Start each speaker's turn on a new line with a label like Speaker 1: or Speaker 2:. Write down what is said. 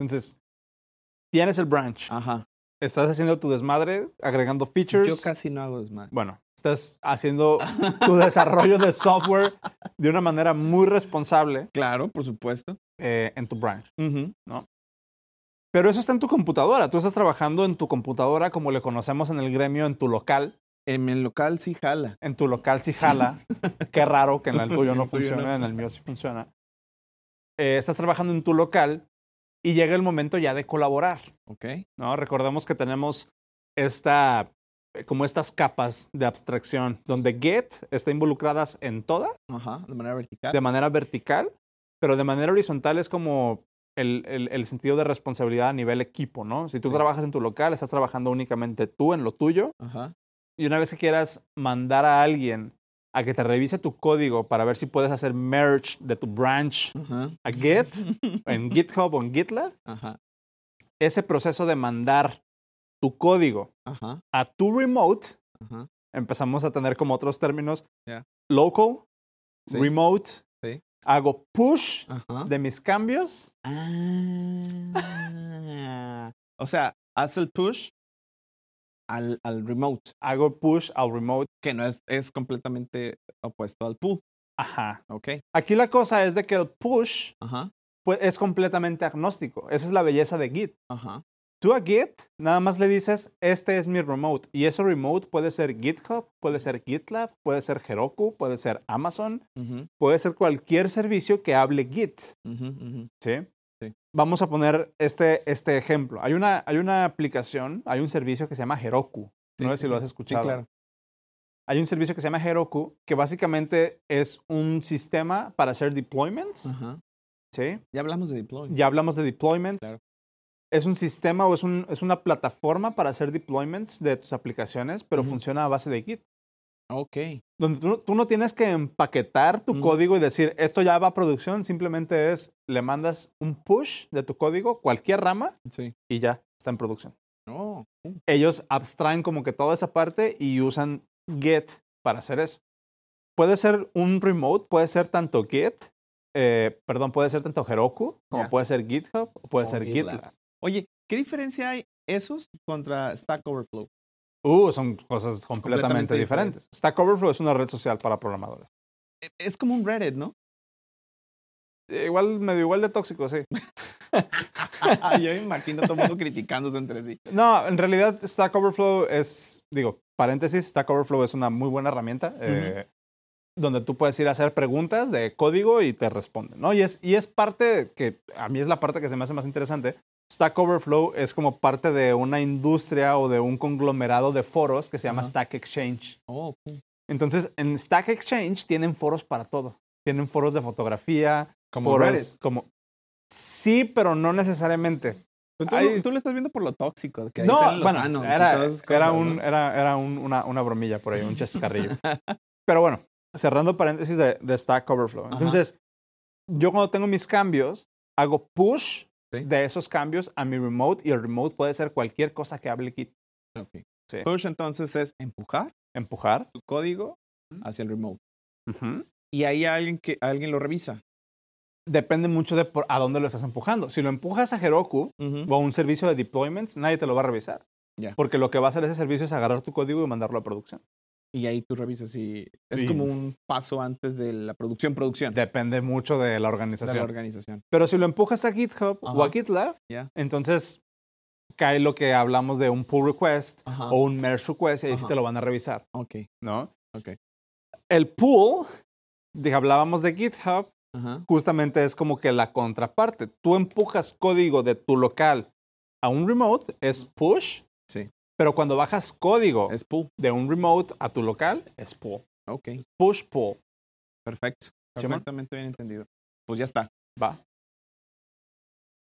Speaker 1: Entonces, tienes el branch,
Speaker 2: Ajá.
Speaker 1: estás haciendo tu desmadre, agregando features.
Speaker 2: Ah. Yo casi no hago desmadre.
Speaker 1: Bueno, estás haciendo tu desarrollo de software de una manera muy responsable
Speaker 2: Claro, por supuesto.
Speaker 1: eh, en tu branch.
Speaker 2: Ujú.
Speaker 1: Pero eso está en tu computadora. Tú estás trabajando en tu computadora, como le conocemos en el gremio, en tu local.
Speaker 2: En el local sí jala.
Speaker 1: En tu local sí jala. Qué raro que en el tuyo no
Speaker 2: El tuyo no.
Speaker 1: funciona, en el mío sí funciona. Eh, estás trabajando en tu local y llega el momento ya de colaborar.
Speaker 2: Ok.
Speaker 1: ¿no? Recordemos que tenemos esta, eh, como estas capas de abstracción, donde get está involucradas en todas
Speaker 2: Ajá. De manera vertical.
Speaker 1: de manera vertical, pero de manera horizontal es como el, el- el sentido de responsabilidad a nivel equipo, ¿no? Si tú
Speaker 2: Sí.
Speaker 1: trabajas en tu local, estás trabajando únicamente tú en lo tuyo,
Speaker 2: Ajá.
Speaker 1: y una vez que quieras mandar a alguien a que te revise tu código para ver si puedes hacer merge de tu branch
Speaker 2: Ajá.
Speaker 1: a Git, en GitHub o en GitLab,
Speaker 2: Ajá.
Speaker 1: ese proceso de mandar tu código
Speaker 2: Ajá.
Speaker 1: a tu remote,
Speaker 2: Ajá.
Speaker 1: empezamos a tener como otros términos,
Speaker 2: Ya.
Speaker 1: local,
Speaker 2: Sí.
Speaker 1: remote,
Speaker 2: Sí.
Speaker 1: hago push
Speaker 2: Ajá.
Speaker 1: de mis cambios
Speaker 2: Ah. O sea, haz el push al, al remote,
Speaker 1: hago push al remote.
Speaker 2: que no es, es completamente opuesto al pull.
Speaker 1: Ajá.
Speaker 2: Ok.
Speaker 1: Aquí la cosa es de que el push
Speaker 2: Ajá.
Speaker 1: pues, es completamente agnóstico. Esa es la belleza de Git.
Speaker 2: Ajá.
Speaker 1: Tú a Git nada más le dices, este es mi remote. Y ese remote puede ser GitHub, puede ser GitLab, puede ser Heroku, puede ser Amazon,
Speaker 2: Ujú,
Speaker 1: puede ser cualquier servicio que hable Git.
Speaker 2: ujú, ujú.
Speaker 1: ¿Sí?
Speaker 2: Sí.
Speaker 1: Vamos a poner este, este ejemplo. Hay una, hay una aplicación, hay un servicio que se llama Heroku.
Speaker 2: Sí,
Speaker 1: no sé
Speaker 2: sí,
Speaker 1: si lo
Speaker 2: sí.
Speaker 1: has
Speaker 2: Sí,
Speaker 1: escuchado.
Speaker 2: claro.
Speaker 1: Hay un servicio que se llama Heroku, que básicamente es un sistema para hacer deployments.
Speaker 2: Ajá.
Speaker 1: ¿sí?
Speaker 2: Ya hablamos de deploy.
Speaker 1: Ya hablamos de deployments.
Speaker 2: Claro.
Speaker 1: Es un sistema o es, un- es una plataforma para hacer deployments de tus aplicaciones, pero
Speaker 2: Ujú.
Speaker 1: funciona a base de Git.
Speaker 2: Ok.
Speaker 1: Donde tú, no- tú no tienes que empaquetar tu
Speaker 2: Ujú.
Speaker 1: código y decir, esto ya va a producción, simplemente es, le mandas un push de tu código, cualquier rama,
Speaker 2: Sí.
Speaker 1: y ya está en producción.
Speaker 2: Oh, uh,
Speaker 1: Ellos abstraen como que toda esa parte y usan Git para hacer eso. Puede ser un remote, puede ser tanto Git, eh, perdón, puede ser tanto Heroku, como
Speaker 2: Ya.
Speaker 1: puede ser GitHub, o puede
Speaker 2: O
Speaker 1: ser
Speaker 2: GitLab.
Speaker 1: GitLab.
Speaker 2: Oye, ¿qué diferencia hay esos contra Stack Overflow?
Speaker 1: Uh, son cosas completamente
Speaker 2: Completamente
Speaker 1: diferentes. Stack Overflow es una red social para programadores.
Speaker 2: E- Es como un Reddit, ¿no?
Speaker 1: Eh, Igual, medio igual de tóxico, sí.
Speaker 2: Yo me imagino todo el mundo criticándose entre sí.
Speaker 1: No, en realidad Stack Overflow es, digo, paréntesis, Stack Overflow es una muy buena herramienta eh, donde tú puedes ir a hacer preguntas de código y te responden, ¿no? Y es, y es parte que a mí es la parte que se me hace más interesante. Stack Overflow es como parte de una industria o de un conglomerado de foros que se llama
Speaker 2: Ajá.
Speaker 1: Stack Exchange.
Speaker 2: Oh, cool.
Speaker 1: Entonces, en Stack Exchange tienen foros para todo. Tienen foros de fotografía,
Speaker 2: Como
Speaker 1: foros
Speaker 2: Reddit.
Speaker 1: como... Sí, pero no necesariamente.
Speaker 2: Pero tú,
Speaker 1: Hay-
Speaker 2: tú lo estás viendo por lo tóxico, que ahí
Speaker 1: No,
Speaker 2: salen los
Speaker 1: bueno,
Speaker 2: anos y
Speaker 1: era,
Speaker 2: todas esas
Speaker 1: era
Speaker 2: cosas,
Speaker 1: un,
Speaker 2: ¿no?
Speaker 1: era, era un- una, una bromilla por ahí, un chascarrillo. Pero bueno, cerrando paréntesis de, de Stack Overflow.
Speaker 2: Ajá.
Speaker 1: Entonces, yo cuando tengo mis cambios, hago push
Speaker 2: Sí.
Speaker 1: de esos cambios a mi remote y el remote puede ser cualquier cosa que hable Git.
Speaker 2: Ok.
Speaker 1: Sí.
Speaker 2: Push entonces es empujar
Speaker 1: Empujar.
Speaker 2: tu código
Speaker 1: Ujú.
Speaker 2: hacia el remote.
Speaker 1: Ujú.
Speaker 2: Y ahí alguien que alguien lo revisa.
Speaker 1: Depende mucho de por- a dónde lo estás empujando. Si lo empujas a Heroku o a un servicio de deployments, nadie te lo va a revisar.
Speaker 2: Ya.
Speaker 1: Porque lo que va a hacer ese servicio es agarrar tu código y mandarlo a producción.
Speaker 2: Y ahí tú revisas si es
Speaker 1: Sí.
Speaker 2: como un paso antes de la producción, producción
Speaker 1: Depende mucho de la
Speaker 2: de
Speaker 1: organización.
Speaker 2: la organización.
Speaker 1: Pero si lo empujas a GitHub o a
Speaker 2: Ajá.
Speaker 1: GitLab,
Speaker 2: Ya.
Speaker 1: entonces cae lo que hablamos de un pull request
Speaker 2: Ajá.
Speaker 1: o un merge request y ahí sí
Speaker 2: Ajá.
Speaker 1: te lo van a revisar,
Speaker 2: Ok.
Speaker 1: ¿no?
Speaker 2: Ok.
Speaker 1: El pull, de, hablábamos de GitHub,
Speaker 2: Ajá.
Speaker 1: justamente es como que la contraparte. Tú empujas código de tu local a un remote, es push,
Speaker 2: Sí.
Speaker 1: pero cuando bajas código
Speaker 2: Es pull.
Speaker 1: de un remote a tu local, es pull.
Speaker 2: Ok.
Speaker 1: Push, pull.
Speaker 2: Perfecto.
Speaker 1: Simón.
Speaker 2: Perfectamente bien entendido. Pues ya está.
Speaker 1: Va.